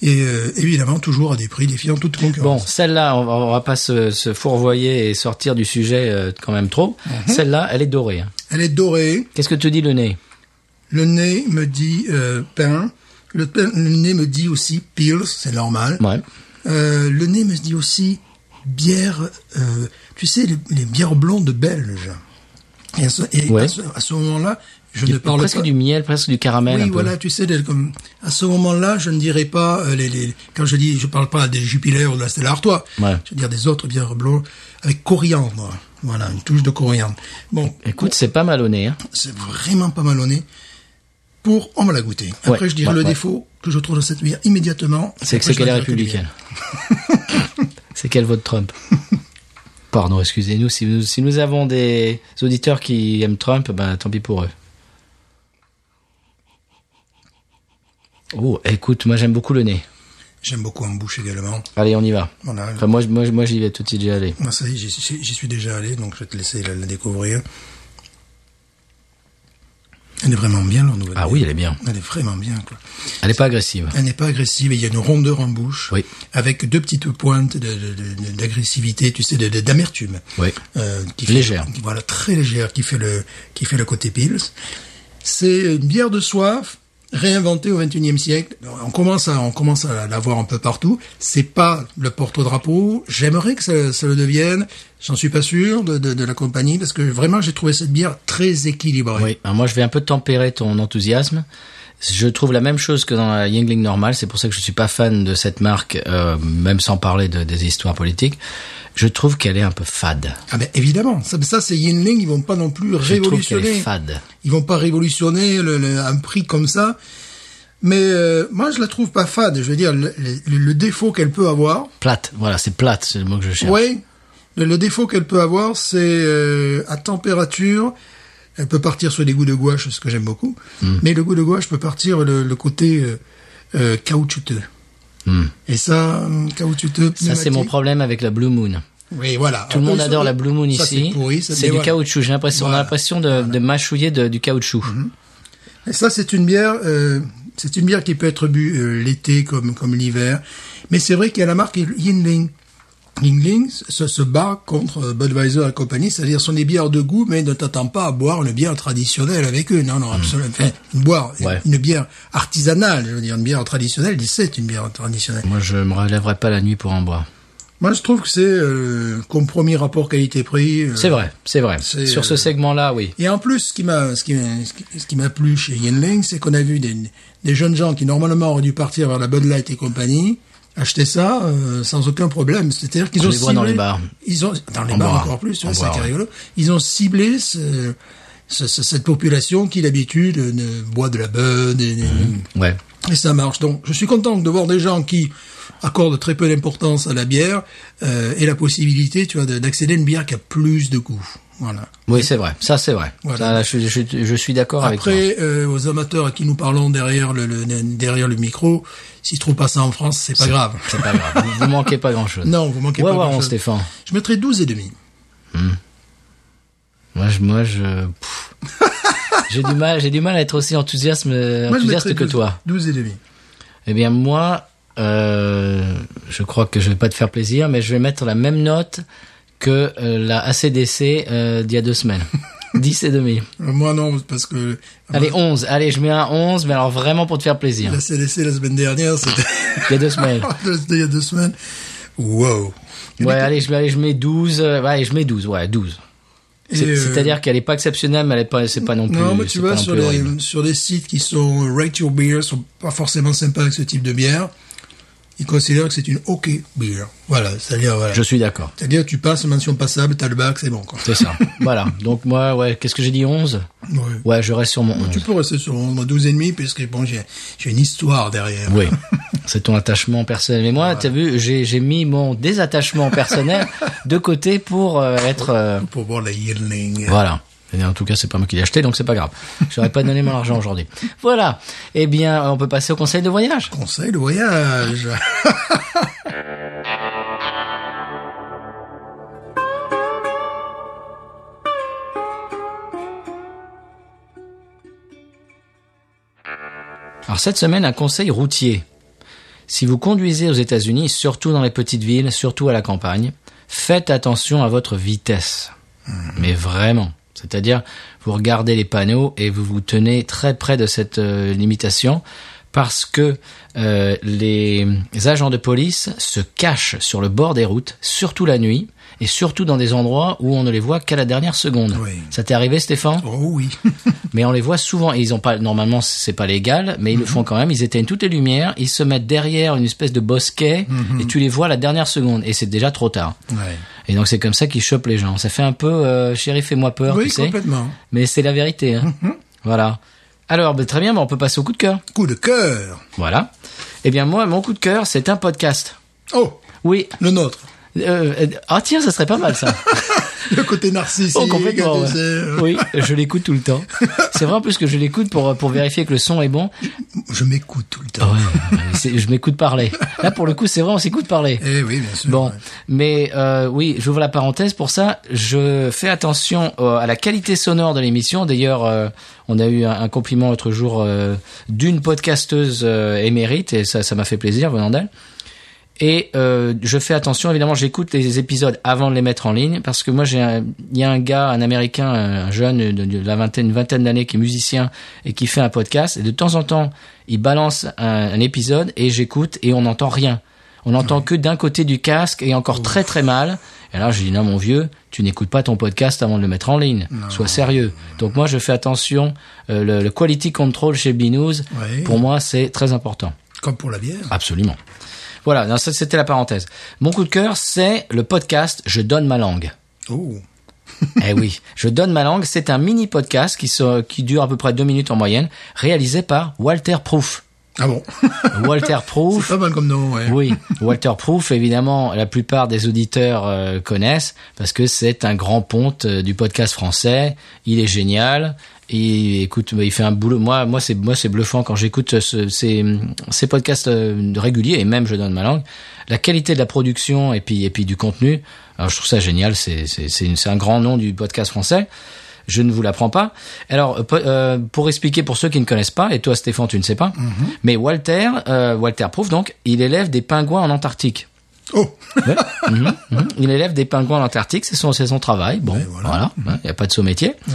B: et euh, évidemment, toujours à des prix défiant toute
A: Bon,
B: concurrence.
A: celle-là, on va, on va pas se, se fourvoyer et sortir du sujet euh, quand même trop.
B: Mhm.
A: Celle-là, elle est dorée. hein.
B: Elle est dorée.
A: Qu'est-ce que te dit le nez
B: Le nez me dit euh, pain. Le, pain- le nez me dit aussi pills, c'est normal.
A: Ouais.
B: Euh, le nez me dit aussi bière, euh, tu sais, les, les bières blondes belges. Et à ce, et
A: Ouais.
B: à ce- à ce moment-là, je ne parle
A: Presque
B: pas.
A: du miel, presque du caramel. un
B: Oui,
A: peu.
B: voilà, tu sais, des- comme, à ce moment-là, je ne dirais pas, euh, les, les- quand je dis, je parle pas des Jupiler ou de la Stella Artois,
A: Ouais.
B: je veux dire des autres bières blanches avec coriandre. Voilà, une touche de coriandre. Bon,
A: Écoute, c'est pas mal au nez. hein.
B: c'est vraiment pas mal au nez. Pour, on va la goûter. Après,
A: Ouais,
B: je dirais
A: ouais,
B: le
A: ouais.
B: défaut que je trouve dans cette bière immédiatement.
A: C'est que
B: Après,
A: c'est
B: je
A: qu'elle est
B: la dirais que du bien.
A: républicaine. *laughs* c'est qu'elle vote Trump. Pardon, excusez-nous. Si, nous- si nous avons des auditeurs qui aiment Trump, ben tant pis pour eux. Oh, écoute, moi j'aime beaucoup le nez.
B: J'aime beaucoup en bouche également.
A: Allez, on y va.
B: Voilà.
A: Enfin, moi, je- moi, je- moi j'y vais tout de suite, j'y vais aller.
B: Moi, ça y est, j'y suis j'y suis déjà allé, donc je vais te laisser la, la découvrir. Elle est vraiment bien, leur nouvelle.
A: Ah
B: bière.
A: oui, elle est bien.
B: Elle est vraiment bien, quoi.
A: Elle est pas agressive.
B: Elle n'est pas agressive, et il y a une rondeur en bouche.
A: Oui.
B: Avec deux petites pointes de- de- de- d'agressivité, tu sais, de- de- d'amertume.
A: Oui.
B: Euh, qui
A: Légère.
B: qui- voilà, très légère, qui fait le, qui fait le côté Pils. C'est une bière de soif réinventée au XXIe siècle. On commence à, on commence à la voir un peu partout. C'est pas le porte-drapeau. J'aimerais que ça, ça le devienne. J'en suis pas sûr de, de, de la compagnie parce que vraiment j'ai trouvé cette bière très équilibrée.
A: Oui, alors moi je vais un peu tempérer ton enthousiasme. Je trouve la même chose que dans la Yingling normale, c'est pour ça que je suis pas fan de cette marque, euh, même sans parler de- des histoires politiques. Je trouve qu'elle est un peu fade.
B: Ah ben évidemment, ça, ça c'est Yinling, ils vont pas non plus
A: Je trouve qu'elle est
B: révolutionner.
A: fade.
B: Ils vont pas révolutionner le, le- un prix comme ça. Mais euh, moi je la trouve pas fade. Je veux dire le- le- le défaut qu'elle peut avoir,
A: Plate, voilà, c'est plate, c'est le mot que je cherche.
B: Oui. Le, le défaut qu'elle peut avoir, c'est euh, à température, elle peut partir sur des goûts de gouache, ce que j'aime beaucoup. Mais le goût de gouache peut partir le, le côté euh, euh, caoutchouteux.
A: Hmm.
B: Et ça, hum, caoutchouteux.
A: Ça c'est mon
B: pneumatique.
A: problème avec la Blue Moon.
B: Ah, Oui, voilà.
A: Tout le
B: Après,
A: monde
B: ça,
A: adore la Blue Moon
B: ça,
A: ici.
B: C'est pourri, ça,
A: C'est
B: mais
A: du
B: voilà.
A: caoutchouc. J'ai l'impression, on a
B: Voilà. Mhm.
A: l'impression de, de mâchouiller de- du caoutchouc.
B: Et ça, c'est une bière. euh, c'est une bière qui peut être bu euh, l'été comme comme l'hiver. Mais c'est vrai qu'il y a la marque Yinling. Yingling se, se bat contre euh, Budweiser et compagnie, c'est-à-dire ce sont des bières de goût, mais ne t'attends pas à boire une bière traditionnelle avec eux. Non, non, absolument. Enfin, boire une-
A: Ouais.
B: une bière artisanale, je veux dire, une bière traditionnelle, ils disent, c'est une bière traditionnelle.
A: Moi je me relèverai pas la nuit pour en boire.
B: Euh, Moi, je trouve que c'est euh, compromis rapport qualité-prix. euh,
A: C'est vrai, c'est vrai.
B: C'est,
A: Sur ce
B: euh,
A: segment-là, oui.
B: Et en plus, ce qui m'a, ce qui, m'a- ce qui- ce qui m'a plu chez Yinling, c'est qu'on a vu des, des jeunes gens qui normalement auraient dû partir vers la Bud Light et compagnie acheter ça euh, sans aucun problème. C'est-à-dire qu'ils
A: On
B: ont
A: les voit
B: ciblé,
A: dans les bars.
B: ils ont dans les
A: En
B: bars
A: boire.
B: encore plus,
A: En
B: ouais, c'est
A: boire,
B: qui est
A: ouais.
B: rigolo. Ils ont ciblé ce- ce- ce- cette population qui d'habitude euh, ne boit de la Bud et,
A: Ouais.
B: et ça marche. Donc, je suis content de voir des gens qui accordent très peu d'importance à la bière euh, et la possibilité, tu vois, de- d'accéder à une bière qui a plus de goût. Voilà.
A: Oui, c'est vrai. Ça, c'est vrai.
B: Voilà.
A: Ça, là, je, je- je suis d'accord avec toi.
B: Après, euh, aux amateurs à qui nous parlons derrière le, le- derrière le micro, s'ils trouvent pas ça en France, c'est pas grave.
A: C'est pas grave. vous, vous manquez pas grand-chose.
B: Non, vous manquez
A: Ouais,
B: pas
A: ouais,
B: grand-chose.
A: on, Stéphane.
B: Je mettrais 12 et demi.
A: Moi, je, moi, je,
B: *laughs*
A: pff. j'ai du mal, j'ai du mal à être aussi enthousiaste, euh,
B: Moi, je
A: enthousiaste
B: mettrais
A: que
B: 12
A: toi.
B: 12 et demi.
A: Eh bien, moi, euh, je crois que je vais pas te faire plaisir, mais je vais mettre la même note que euh, la ACDC euh, d'il y a deux
B: *laughs*
A: semaines. 10 et demi.
B: Euh, Moi non, parce que
A: Allez, 11. Allez, je mets un 11, mais alors vraiment pour te faire plaisir.
B: la CDC la semaine dernière,
A: *laughs*
B: c'était
A: Il y a deux
B: *laughs*
A: semaines.
B: c'était il y a deux semaines. Wow.
A: Ouais, allez, je, allez, je mets 12. euh, ouais, je mets 12, ouais, 12.
B: Et,
A: C'est-
B: euh,
A: C'est-à-dire qu'elle est pas exceptionnelle, mais elle est pas, c'est pas non plus.
B: Non, mais tu
A: c'est
B: vois,
A: pas non
B: sur
A: plus
B: les,
A: horrible.
B: sur des sites qui sont euh, Rate Your Beer, sont pas forcément sympas avec ce type de bière. ils considèrent que c'est une OK beer. Voilà, c'est-à-dire voilà.
A: Je suis d'accord.
B: C'est-à-dire tu passes mention passable, t'as le bac, c'est bon quoi.
A: C'est
B: *laughs*
A: ça. voilà. Donc moi, ouais, qu'est-ce que j'ai dit 11
B: Ouais.
A: Ouais, je reste sur mon 11.
B: Tu peux rester sur 11, moi, 12 et demi puisque bon j'ai j'ai une histoire derrière.
A: Oui. *laughs* C'est ton attachement personnel. Mais moi, t'as vu, j'ai j'ai mis mon désattachement personnel de côté pour euh, être. euh,
B: Pour boire la Yielding.
A: Voilà. Et en tout cas, c'est pas moi qui l'ai acheté, donc c'est pas grave. J'aurais pas donné mon argent aujourd'hui. Voilà. Eh bien, on peut passer au conseil de voyage.
B: Conseil de voyage. *laughs*
A: Alors cette semaine, un conseil routier. Si vous conduisez aux États-Unis, surtout dans les petites villes, surtout à la campagne, faites attention à votre vitesse. Mais vraiment. C'est-à-dire, vous regardez les panneaux et vous vous tenez très près de cette euh, limitation parce que euh, les agents de police se cachent sur le bord des routes, surtout la nuit et surtout dans des endroits où on ne les voit qu'à la dernière seconde.
B: Oui.
A: Ça t'est arrivé, Stéphane
B: Oh oui.
A: mais on les voit souvent. Et ils ont pas, normalement, c'est pas légal, mais
B: Mhm.
A: ils le font quand même. Ils éteignent toutes les lumières, ils se mettent derrière une espèce de bosquet,
B: Mhm.
A: et tu les vois la dernière seconde, et c'est déjà trop tard.
B: Ouais.
A: Et donc c'est comme ça qu'ils chopent les gens. Ça fait un peu, euh, chérie, fais-moi peur,
B: Oui,
A: tu sais.
B: complètement. Mhm.
A: Mais c'est la vérité. hein. Voilà. Alors, ben, très bien, ben, on peut passer au coup de cœur.
B: Coup de cœur.
A: Voilà. Eh bien, moi, mon coup de cœur, c'est un podcast.
B: Oh,
A: Oui.
B: le nôtre.
A: Euh, euh, ah tiens, ça serait pas mal
B: *laughs*
A: ça.
B: Le côté narcissique.
A: Oh, complètement.
B: tu
A: ouais.
B: sais, euh,
A: Oui, je l'écoute tout le temps. C'est vrai en plus que je l'écoute pour, euh, pour vérifier que le son est bon.
B: Je m'écoute tout le temps.
A: C'est- je m'écoute parler. Là, pour le coup, c'est vrai, on s'écoute parler.
B: Eh oui, bien sûr.
A: Bon,
B: ouais.
A: mais euh, oui, j'ouvre la parenthèse pour ça. Je fais attention euh, à la qualité sonore de l'émission. D'ailleurs, euh, on a eu un, un compliment l'autre jour euh, d'une podcasteuse euh, émérite, et ça, ça m'a fait plaisir, venant d'elle. Et euh, je fais attention, évidemment, j'écoute les épisodes avant de les mettre en ligne, parce que moi, j'ai un- il y a un gars, un Américain, euh, un jeune de, de la vingtaine, une vingtaine d'années, qui est musicien et qui fait un podcast. Et de temps en temps, il balance un, un épisode et j'écoute et on n'entend rien. On n'entend que d'un côté du casque et encore très très mal. Et là, je dis non, mon vieux, tu n'écoutes pas ton podcast avant de le mettre en ligne. Sois sérieux. Donc moi, je fais attention. Euh, le, le quality control chez Binous,
B: Ouais.
A: pour moi, c'est très important.
B: Comme pour la bière.
A: Absolument. Voilà, non, ça c'était la parenthèse. Mon coup de cœur, c'est le podcast Je donne ma langue.
B: Oh.
A: eh oui, *laughs* Je donne ma langue, c'est un mini podcast qui, se- qui dure à peu près deux minutes en moyenne, réalisé par Walter Proof.
B: Ah bon.
A: Walter Proof.
B: Pas mal comme nom, ouais.
A: Oui, Walter Proof, évidemment, la plupart des auditeurs euh, connaissent parce que c'est un grand ponte euh, du podcast français. Il est génial. Et écoute, bah, il fait un boulot. Moi, moi, c'est moi, c'est bluffant quand j'écoute ce- ces, ces podcasts euh, réguliers et même je donne ma langue. La qualité de la production et puis et puis du contenu, alors, je trouve ça génial. C'est c'est c'est une- c'est un grand nom du podcast français. Je ne vous l'apprends pas. Alors, euh, po- euh, pour expliquer pour ceux qui ne connaissent pas, et toi Stéphane, tu ne sais pas, mais Walter, euh, Walter Proof, donc, il élève des pingouins en Antarctique.
B: Oh. *laughs*
A: *laughs* Mhm, mhm. Il élève des pingouins en Antarctique, c'est son, c'est son travail. Bon, voilà, hein, il n'y a pas de saut métier.
B: Ouais.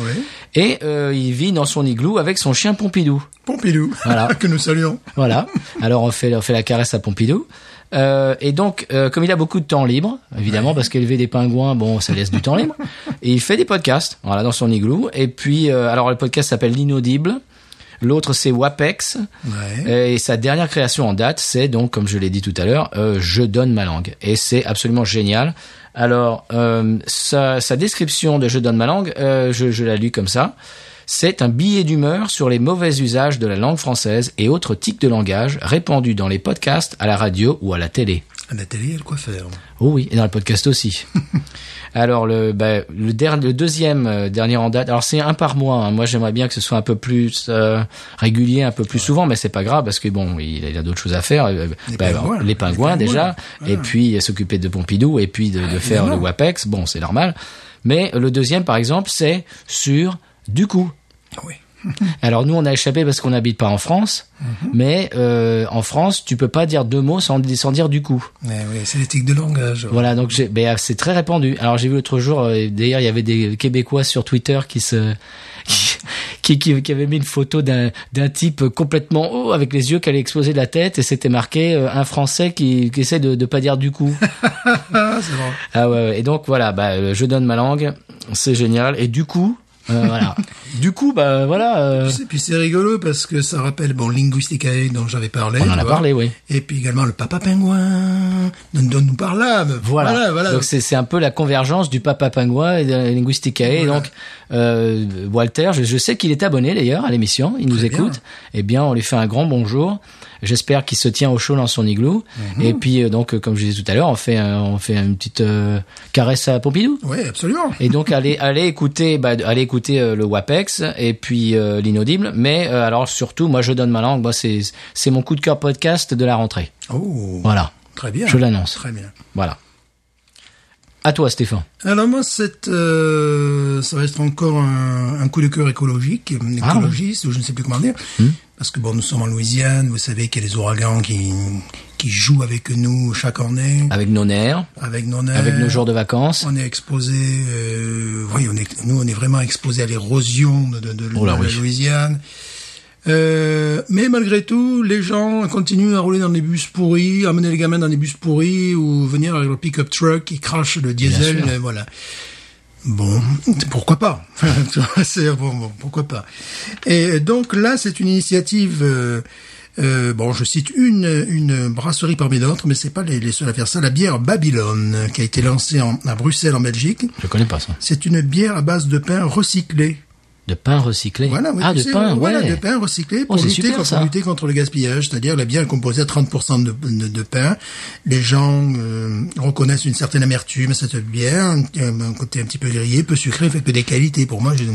A: Et euh, il vit dans son igloo avec son chien Pompidou.
B: Pompidou.
A: Voilà.
B: *laughs* que nous saluons.
A: Voilà. Alors on fait, on fait la caresse à Pompidou. Euh, et donc, euh, comme il a beaucoup de temps libre, évidemment, parce qu'élever des pingouins, bon, ça laisse du temps libre. Et il fait des podcasts, voilà, dans son igloo. Et puis, euh, alors le podcast s'appelle l'inaudible. L'autre, c'est Wapex.
B: Ouais.
A: Et sa dernière création en date, c'est donc, comme je l'ai dit tout à l'heure, euh, Je donne ma langue. Et c'est absolument génial. Alors, euh, sa, sa description de Je donne ma langue, euh, je, je la lis comme ça. C'est un billet d'humeur sur les mauvais usages de la langue française et autres tics de langage répandus dans les podcasts, à la radio ou à la télé.
B: À la télé, il y a de quoi faire.
A: Oh oui, et dans le podcast
B: *laughs*
A: aussi. alors le bah, le, der- le deuxième euh, dernier en date. Alors c'est un par mois. hein. Moi j'aimerais bien que ce soit un peu plus euh, régulier, un peu plus souvent, mais c'est pas grave parce que bon, il, il a d'autres choses à faire. Euh,
B: Les
A: bah,
B: pingouins.
A: les pingouins,
B: Les
A: déjà,
B: pingouins.
A: et puis euh, s'occuper de Pompidou et puis de, de faire le
B: évidemment.
A: Wapex. Bon, c'est normal. Mais euh, le deuxième par exemple, c'est sur du coup.
B: Ah Oui.
A: Alors nous, on a échappé parce qu'on n'habite pas en France,
B: Mhm.
A: mais euh, en France, tu peux pas dire deux mots sans, sans dire du coup.
B: Eh oui, c'est l'éthique de langage.
A: Voilà, donc j'ai- ben, c'est très répandu. Alors j'ai vu l'autre jour, euh, d'ailleurs il y avait des Québécois sur Twitter qui se *laughs* qui qui, qui, qui avaient mis une photo d'un d'un type complètement haut avec les yeux qui allaient exploser de la tête et c'était marqué euh, un Français qui, qui essaie de, de pas dire du
B: *laughs*
A: coup.
B: Ah, c'est bon.
A: ah ouais, ouais. et donc voilà, bah euh, je donne ma langue, c'est génial. Et du coup, Euh,
B: *laughs*
A: voilà. Du coup, bah voilà. euh,
B: Et puis c'est rigolo parce que ça rappelle, bon, Linguisticae dont j'avais parlé.
A: on en
B: tu
A: a
B: vois.
A: parlé, oui.
B: Et puis également le papa pingouin. Donne- Donne-nous par là. me-
A: Voilà.
B: Voilà, voilà.
A: Donc c'est c'est un peu la convergence du Papa Pingouin et de la Linguisticae. Et
B: Voilà.
A: donc euh, Walter, je, je sais qu'il est abonné d'ailleurs à l'émission, il nous
B: Très
A: écoute.
B: bien.
A: Eh bien, on lui fait un grand bonjour. J'espère qu'il se tient au chaud dans son igloo.
B: Mm-hmm.
A: Et puis euh, donc, euh, comme je disais tout à l'heure, on fait un- on fait une petite euh, caresse à Pompidou.
B: Oui, absolument.
A: Et donc
B: *laughs*
A: allez allez écouter bah, allez écouter euh, le Wapex et puis euh, l'inaudible. Mais euh, alors surtout, moi je donne ma langue. Moi c'est c'est mon coup de cœur podcast de la rentrée.
B: Oh,
A: Voilà,
B: très bien.
A: je l'annonce.
B: Très bien.
A: Voilà. À toi, Stéphane.
B: Alors moi, c'est, euh, ça va être encore un, un coup de cœur écologique,
A: Ah.
B: écologiste, ou je ne sais plus comment dire,
A: Hmm.
B: parce que bon, nous sommes en Louisiane, vous savez qu'il y a les ouragans qui qui jouent avec nous chaque année,
A: Avec nos nerfs,
B: avec nos nerfs,
A: Ah. avec nos jours de vacances.
B: Euh, On est exposé, euh, oui, on est, nous, on est vraiment exposé à l'érosion de, de, de,
A: Oh là,
B: de la
A: oui.
B: Louisiane. Euh, mais malgré tout, les gens continuent à rouler dans des bus pourris, à amener les gamins dans des bus pourris ou venir avec leur pick-up truck qui crache le diesel,
A: sûr.
B: euh, voilà. Bon, pourquoi pas *laughs* Tu vois, c'est- bon, bon, Pourquoi pas Et donc là, c'est une initiative. euh, euh, bon, je cite une une brasserie parmi d'autres, mais c'est pas les, les seuls à faire ça. La bière Babylone, euh, qui a été lancée en- à Bruxelles, en Belgique,
A: Je connais pas ça.
B: c'est une bière à base de pain recyclé.
A: De pain recyclé.
B: Voilà, oui,
A: ah,
B: tu
A: de
B: sais,
A: pain,
B: voilà,
A: ouais.
B: de pain recyclé
A: Oh,
B: pour,
A: c'est
B: lutter,
A: super,
B: contre,
A: ça.
B: pour lutter contre le gaspillage, c'est-à-dire la bière est composée à 30% de, de, de pain. Les gens euh, reconnaissent une certaine amertume à cette bière, un, un côté un petit peu grillé, peu sucré, fait que des qualités. Pour moi, je,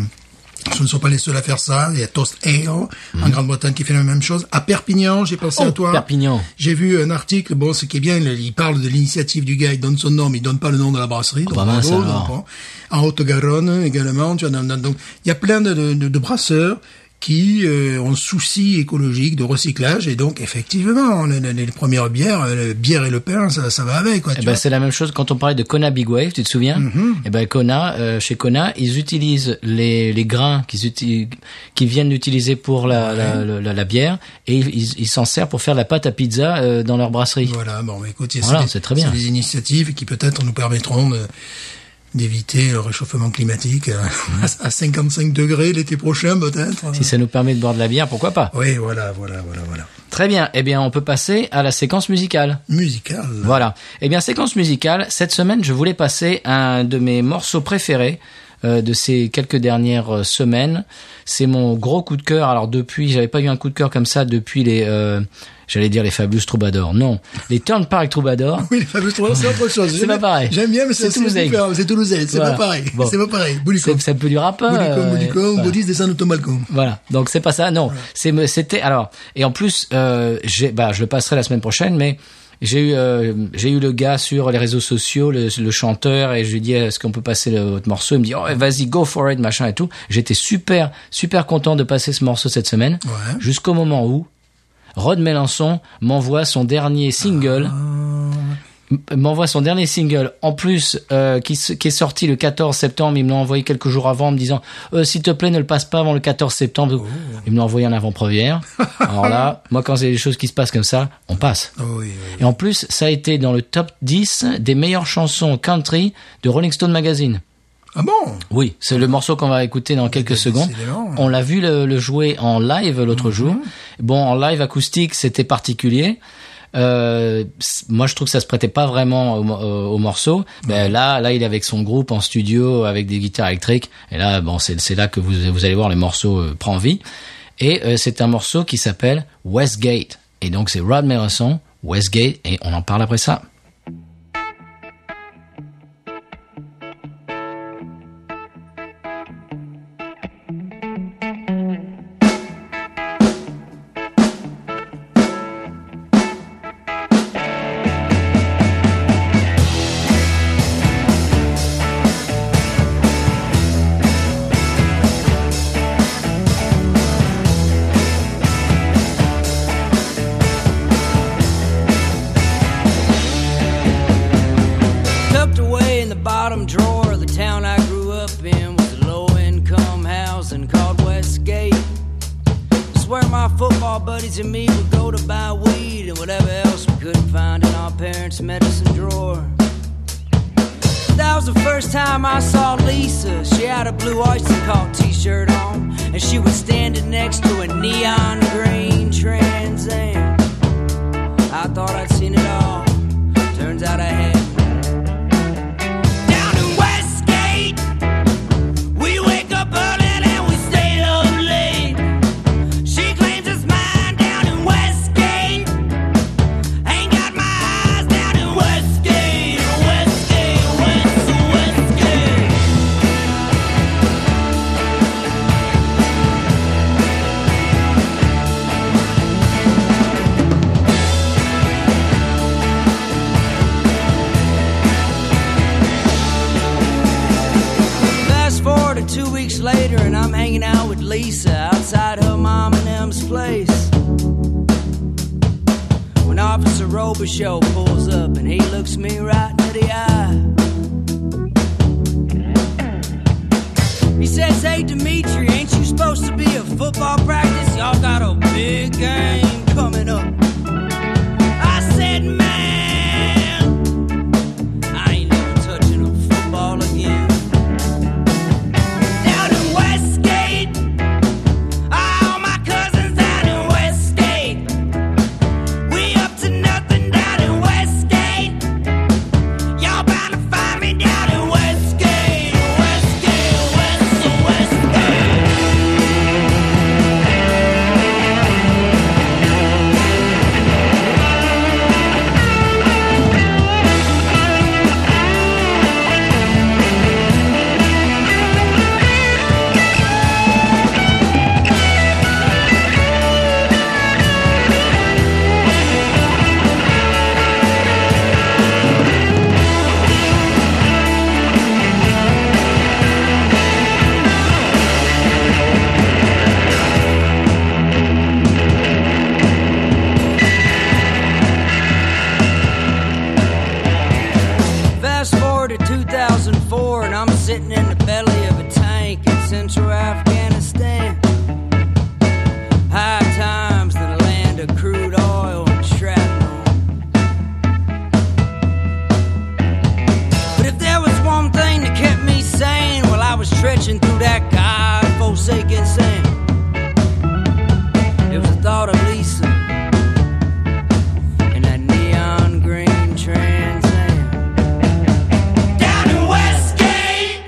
B: je ne suis pas les seuls à faire ça. Il y a Toast Ale en Grande-Bretagne qui fait la même chose. À Perpignan, j'ai pensé
A: Mm-hmm. Oh,
B: à toi.
A: Perpignan.
B: J'ai vu un article, bon, ce qui est bien, il il parle de l'initiative du gars, il donne son nom, mais il donne pas le nom de la brasserie. donc
A: bah mince,
B: bravo,
A: alors.
B: donc, bon. En Haute-Garonne également, tu vois, dans- dans- donc il y a plein de, de, de brasseurs qui euh, ont souci écologique de recyclage et donc effectivement les, les- les premières bières, euh, la bière et le pain, ça, ça va avec quoi.
A: Eh
B: tu
A: ben,
B: vois. Mhm.
A: c'est la même chose quand on parlait de Kona Big Wave, tu te souviens Eh ben Kona, euh, chez Kona, ils utilisent les, les grains qu'ils utilisent, qu'ils viennent d'utiliser pour la, la, la, la- la bière et ils ils s'en servent pour faire la pâte à pizza euh, dans leur brasserie.
B: Voilà, bon, bah, écoute,
A: Voilà,
B: des-
A: c'est très bien.
B: des initiatives qui peut-être nous permettront de- d'éviter le réchauffement climatique euh, *laughs* à à 55 degrés l'été prochain peut-être.
A: Si ça nous permet de boire de la bière, pourquoi pas
B: Oui, voilà, voilà, voilà, voilà.
A: Très bien. Eh bien, on peut passer à la séquence musicale.
B: Musical.
A: Voilà. Eh bien, séquence musicale. Cette semaine, je voulais passer un de mes morceaux préférés euh, de ces quelques dernières euh, semaines. C'est mon gros coup de cœur. Alors depuis, j'avais pas eu un coup de cœur comme ça depuis les, euh, j'allais dire les Fabulous Troubadours. Non, les Turnpike Troubadours.
B: *laughs* Oui, les fameux trois, c'est autre chose.
A: C'est
B: J'aime-
A: pas pareil.
B: J'aime bien, mais
A: C'est
B: c'est
A: toulousain.
B: toulousain. C'est toulousain, *laughs* c'est
A: Voilà.
B: pas pareil.
A: Bon.
B: C'est pas pareil. Boulicom.
A: C'est, ça peut du rap. hein,
B: Boulicom,
A: euh,
B: Boulicom,
A: voilà.
B: Bouddhiste, descend de ton balcon.
A: Voilà. Donc c'est pas ça. Non, c'est me- c'était alors et en plus euh, j'ai bah je le passerai la semaine prochaine mais j'ai eu euh, j'ai eu le gars sur les réseaux sociaux le, le chanteur et je lui ai dit est-ce qu'on peut passer le, votre morceau il me dit oh vas-y go for it machin et tout j'étais super super content de passer ce morceau cette semaine
B: Ouais.
A: jusqu'au moment où Rod Melanson m'envoie son dernier single Ah. m- m'envoie son dernier single en plus euh, qui, se- qui est sorti le 14 septembre il me l'a envoyé quelques jours avant en me disant Euh, s'il te plaît ne le passe pas avant le 14 septembre il me l'a envoyé en avant-première alors là moi quand c'est des choses qui se passent comme ça on passe
B: Oh, oui, oui.
A: et en plus ça a été dans le top 10 des meilleures chansons country de Rolling Stone Magazine
B: Ah bon?
A: oui, c'est le morceau qu'on va écouter dans quelques secondes.
B: Décidément.
A: On l'a vu le, le jouer en live l'autre jour. Bon, en live acoustique, c'était particulier. Euh, c- moi, je trouve que ça se prêtait pas vraiment au, mo- euh, au morceau. Ben, là, là, il est avec son groupe en studio avec des guitares électriques. Et là, bon, c'est c'est là que vous, vous allez voir le morceau euh, prend vie. Et euh, c'est un morceau qui s'appelle Westgate. Et donc, c'est Rod Merenson, Westgate, et on en parle après ça.
C: Tucked away in the bottom drawer of the town I grew up in was a low income housing called Westgate. It's where my football buddies and me would go to buy weed and whatever else we couldn't find in our parents' medicine drawer. That was the first time I saw Lisa. She had a blue oyster cult t-shirt on, and she was standing next to a neon green Trans Am. I thought I'd seen it all. Turns out I hadn't. Down in Westgate, we wake up early and we stay up late. She claims it's mine down in Westgate. Ain't got my eyes down in Westgate, Westgate, West, Westgate. Fast forward to two weeks later, and I'm hanging out with Lisa outside her mom and them's place. When Officer Robichaux pulls up and he looks me right in the eye. He says, Hey Dimitri, ain't you supposed to be at football practice? Y'all got a big game coming up. I said, Man, I ain't never touching a football again down in Westgate. All my cousins down in Westgate. We up to nothing down in Westgate. Y'all bound to find me down in Westgate, Westgate, West, Westgate. Fast forward to 2004, and I'm sitting in the belly of a tank in central Afghanistan. High times in the land of crude oil and shrapnel. But if there was one thing that kept me sane while I was stretching through that godforsaken sand, it was the thought of Lisa. and that neon green Trans Am down in Westgate.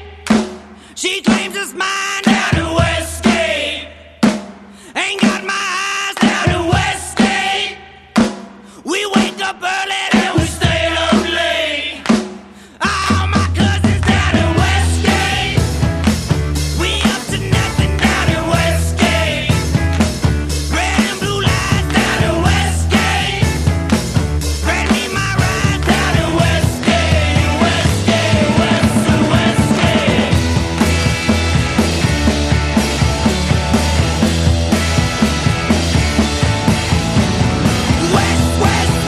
C: She claims it's mine down in Westgate. Ain't got my eyes down in Westgate. We wake up early and we stay up late. All my cousins down in Westgate. We up to nothing down in Westgate. Red and blue lights down in Westgate. Red me my ride down in Westgate, Westgate, West, Westgate. West, west,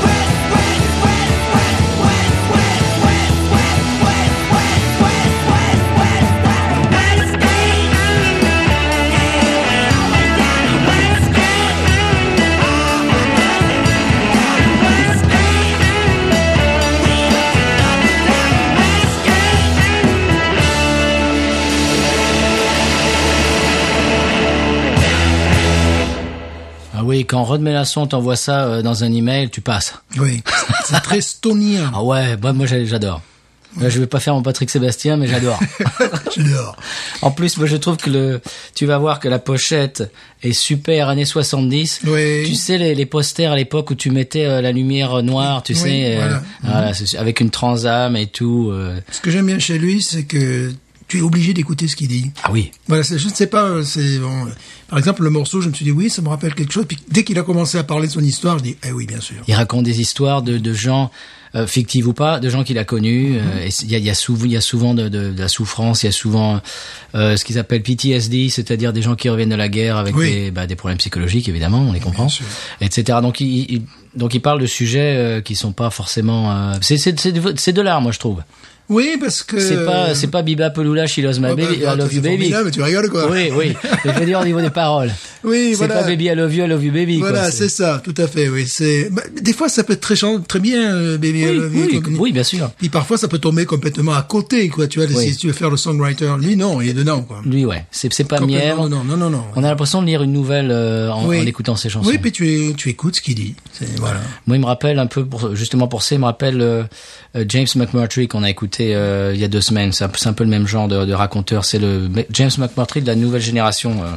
C: west, west, west, west, west, west, west, west, west, west, west, west, west, west, Westgate. Yeah, always down in Westgate. All my cousins down in Westgate. We up to nothing down in Westgate.
A: Ah oui, quand Rod Melasson t'envoie ça euh, dans un email, tu passes.
B: Oui, c'est
A: *laughs*
B: très stonien.
A: Ah ouais, bah, moi j'a- j'adore. Là, Je vais pas faire mon Patrick Sébastien, mais *laughs* j'adore.
B: J'adore.
A: en plus, moi je trouve que le, tu vas voir que la pochette est super années 70.
B: Oui.
A: Tu sais les, les posters à l'époque où tu mettais euh, la lumière noire, tu
B: Oui,
A: sais, euh,
B: voilà.
A: voilà, c'est- avec une transam et tout. euh.
B: Ce que j'aime bien chez lui, c'est que tu es obligé d'écouter ce qu'il dit.
A: Ah oui.
B: Voilà, c'est- je ne sais pas, euh, c'est bon, euh, par exemple le morceau, je me suis dit oui, ça me rappelle quelque chose. Puis dès qu'il a commencé à parler de son histoire, je dis eh oui, bien sûr.
A: Il raconte des histoires de, de gens euh, fictifs ou pas, de gens qu'il a connus.
B: Mhm.
A: euh, et c- Il y, a, il y a souvent, il y a souvent de, de- de la souffrance, il y a souvent euh, ce qu'ils appellent PTSD, c'est-à-dire des gens qui reviennent de la guerre avec
B: Oui.
A: des, bah, des problèmes psychologiques, évidemment, on les comprend,
B: sûr.
A: etc. Donc il, il- donc il parle de sujets euh, qui sont pas forcément. euh, c'est c'est- c'est de, c'est de l'art, moi je trouve.
B: Oui, parce que
A: C'est pas, c'est pas Biba Pelula, She Loves My
B: Ah bah,
A: Baby,
B: bah,
A: I Love
B: c'est
A: You Baby.
B: formidable, mais tu rigoles, quoi.
A: Oui, oui. Mais je veux dire au niveau des paroles.
B: oui,
A: C'est
B: voilà.
A: pas Baby I Love You, I Love You Baby. quoi.
B: Voilà, c'est ça, tout à fait. Oui, c'est bah, des fois ça peut être très chan- très bien, euh, Baby. I
A: Oui,
B: Love You,
A: oui,
B: comme-
A: oui, bien sûr.
B: Puis parfois ça peut tomber complètement à côté, quoi. Tu vois,
A: Oui.
B: si tu veux faire le songwriter, lui non, il est dedans, quoi.
A: Lui, ouais. C'est c'est pas mièvre.
B: Complètement, Non, non, non, non.
A: On a l'impression de lire une nouvelle euh, en,
B: Oui.
A: en écoutant ces chansons.
B: Oui, puis tu, tu écoutes ce qu'il dit. C'est- Voilà.
A: Moi, il me rappelle un peu, pour, justement pour ça, il me rappelle euh, euh, James McMurtry qu'on a écouté euh, il y a deux semaines. C'est un, peu- c'est un peu le même genre de, de raconteur. C'est le Ma- James McMurtry de la nouvelle génération. euh.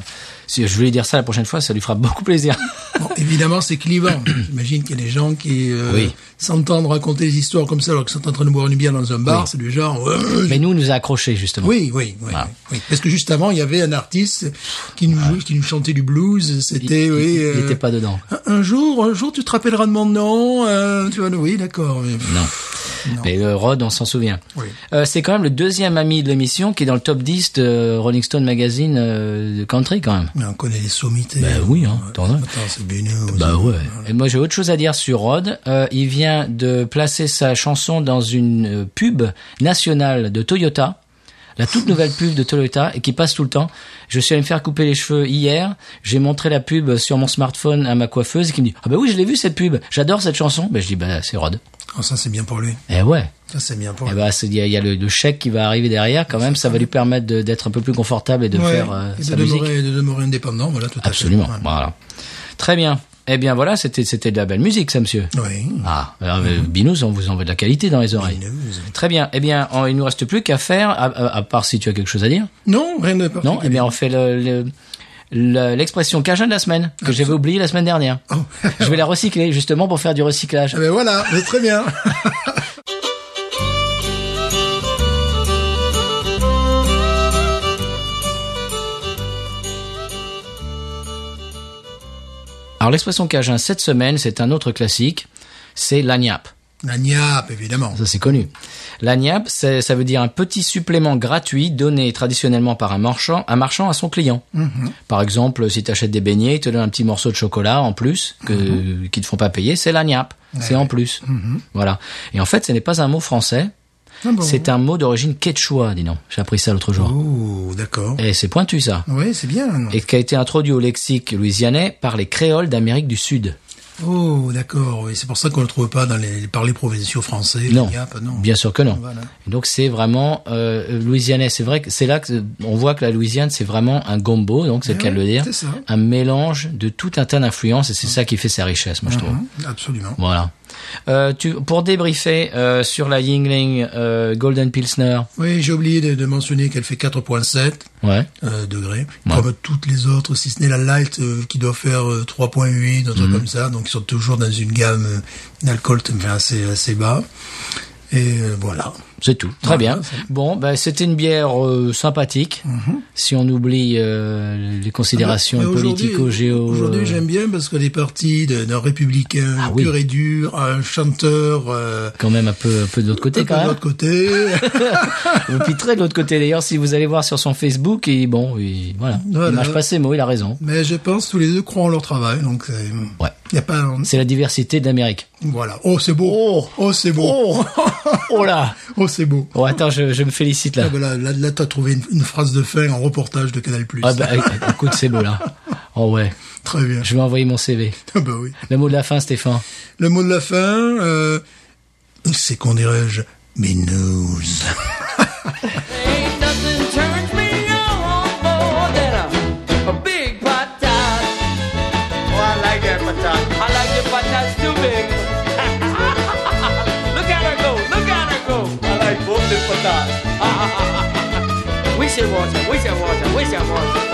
A: si je voulais dire ça la prochaine fois, ça lui fera *laughs* beaucoup plaisir.
B: Bon, évidemment,
A: *coughs*
B: c'est clivant. J'imagine qu'il y a des gens qui euh,
A: Oui.
B: s'entendent raconter des histoires comme ça alors qu'ils sont en train de boire une bière dans un bar.
A: Oui. Ah.
B: C'est du genre. ouais,
A: Mais nous, il nous a accrochés, justement.
B: Oui, oui, oui,
A: Voilà.
B: oui. Parce que juste avant, il y avait un artiste qui nous, jouait- qui nous chantait du blues.
A: Ah. Il-
B: C'était,
A: il-
B: oui.
A: il
B: euh,
A: n'était pas dedans.
B: un- Un jour, un jour, tu te rappelleras de mon nom. euh, tu vois, oui, d'accord. mais-
A: Non. Mais euh, Rod, on s'en souvient.
B: Oui.
A: Euh, c'est quand même le deuxième ami de l'émission qui est dans le top 10 de euh, Rolling Stone Magazine euh, de country, quand même.
B: Mais on connaît les sommités.
A: Bah oui, Bah, hein, t'en as.
B: Attends, c'est Benny aussi.
A: Et moi, j'ai autre chose à dire sur Rod. Euh, il vient de placer sa chanson dans une euh, pub nationale de Toyota. La toute nouvelle pub de Toyota et qui passe tout le temps. Je suis allé me faire couper les cheveux hier. J'ai montré la pub sur mon smartphone à ma coiffeuse qui me dit ah ben oui je l'ai vu cette pub. J'adore cette chanson. Ben je dis bah c'est Rod.
B: Oh, ça, c'est bien pour lui.
A: Eh ouais.
B: Ça, c'est bien pour
A: Eh
B: lui.
A: ben, c'est- il y a, il y a le, le chèque qui va arriver derrière quand même. Ça va lui permettre de- d'être un peu plus confortable et de
B: Ouais,
A: faire euh,
B: et
A: sa
B: de
A: musique.
B: demeurer, de demeurer indépendant, voilà, tout à fait.
A: Absolument. Bah.
B: Voilà.
A: Voilà. Très bien. Eh bien voilà, c'était c'était de la belle musique, ça monsieur.
B: Oui.
A: Ah, alors, euh, Binous, on vous envoie de la qualité dans les oreilles.
B: Binous.
A: Très bien. Eh bien, on- il nous reste plus qu'à faire, à, à- à part si tu as quelque chose à dire.
B: Non, rien de particulier.
A: Non Eh bien, on fait le- le- le- l'expression cajun de la semaine, que j'avais oubliée la semaine dernière.
B: Oh. *laughs*
A: Je vais la recycler, justement, pour faire du recyclage.
B: Ah ben voilà, c'est très bien. *laughs*
A: Alors, l'expression cajun, cette semaine, c'est un autre classique, c'est la niappe.
B: La niappe, évidemment.
A: Ça, c'est connu. La niappe, c'est- ça veut dire un petit supplément gratuit donné traditionnellement par un marchand, un marchand à son client.
B: Mhm.
A: Par exemple, si tu achètes des beignets, il te donne un petit morceau de chocolat en plus que
B: Mhm.
A: qui te font pas payer, c'est la niappe. c'est en plus. Voilà. Et en fait, ce n'est pas un mot français,
B: Ah bon.
A: c'est un mot d'origine quechua, dis donc. J'ai appris ça l'autre jour.
B: Oh, d'accord.
A: Et c'est pointu ça.
B: Oui, c'est bien. non
A: Et qui a été introduit au lexique louisianais par les créoles d'Amérique du Sud.
B: Oh, d'accord. Oui, c'est pour ça qu'on le trouve pas dans les, les parlers provinciaux français.
A: Non,
B: la niappe, non.
A: bien sûr que non.
B: Voilà.
A: Et Donc c'est vraiment euh, louisianais. C'est vrai que c'est là que euh, on voit que la Louisiane c'est vraiment un gombo, donc c'est le
B: Eh
A: cas de
B: oui,
A: le dire,
B: c'est ça. Ah.
A: un mélange de tout un tas d'influences et c'est ça qui fait sa richesse, moi je trouve.
B: Hum, Absolument.
A: Voilà. Euh, tu, pour débriefer euh, sur la Yingling euh, Golden Pilsner,
B: Oui, j'ai oublié de, de mentionner qu'elle fait 4.7
A: ouais,
B: euh, degrés, comme toutes les autres, si ce n'est la light euh, qui doit faire euh, 3.8, un
A: Mhm.
B: truc comme ça. Donc, ils sont toujours dans une gamme euh, d'alcool enfin, assez, assez bas. Et euh, voilà.
A: c'est tout. Très
B: Voilà,
A: bien.
B: c'est- Uh-huh.
A: Bon, bah, c'était une bière euh, sympathique, si on oublie euh, les considérations
B: Ah ben, Mais aujourd'hui-
A: politico-géo. euh,
B: Aujourd'hui, j'aime bien parce qu'elle est partie d'un d'un républicain
A: Ah oui.
B: pur et dur, un chanteur euh,
A: quand même un peu, un peu de l'autre
B: un
A: côté
B: peu
A: quand
B: de
A: même.
B: l'autre côté.
A: *laughs* Le pitrer de l'autre côté d'ailleurs, si vous allez voir sur son Facebook, et bon, il, voilà,
B: Voilà.
A: il mâche pas ses mots, il a raison.
B: Mais je pense tous les deux croient en leur travail, donc euh,
A: Ouais.
B: y a pas.
A: C'est la diversité de l'Amérique.
B: Voilà. Oh, c'est beau.
A: Oh.
B: c'est beau. *laughs* Oh,
A: Oh là
B: c'est beau.
A: Bon, attends, je, je me félicite là.
B: Ah ben là, là, là, t'as trouvé une, une phrase de fin en reportage de Canal Plus.
A: Ah bah, éc- écoute, c'est beau là. Oh ouais,
B: *laughs* Très bien.
A: je vais envoyer mon CV.
B: Ah bah oui.
A: Le mot de la fin, Stéphane.
B: Le mot de la fin, euh, c'est qu'on dirais-je, mais news.
C: Ain't nothing turns me on more than a, a big patat. Oh, I like that patat. I like the patats too big. *laughs* look at her go, look at her go. I *laughs* like both the patats. we should watch her, we should watch her, we should watch her.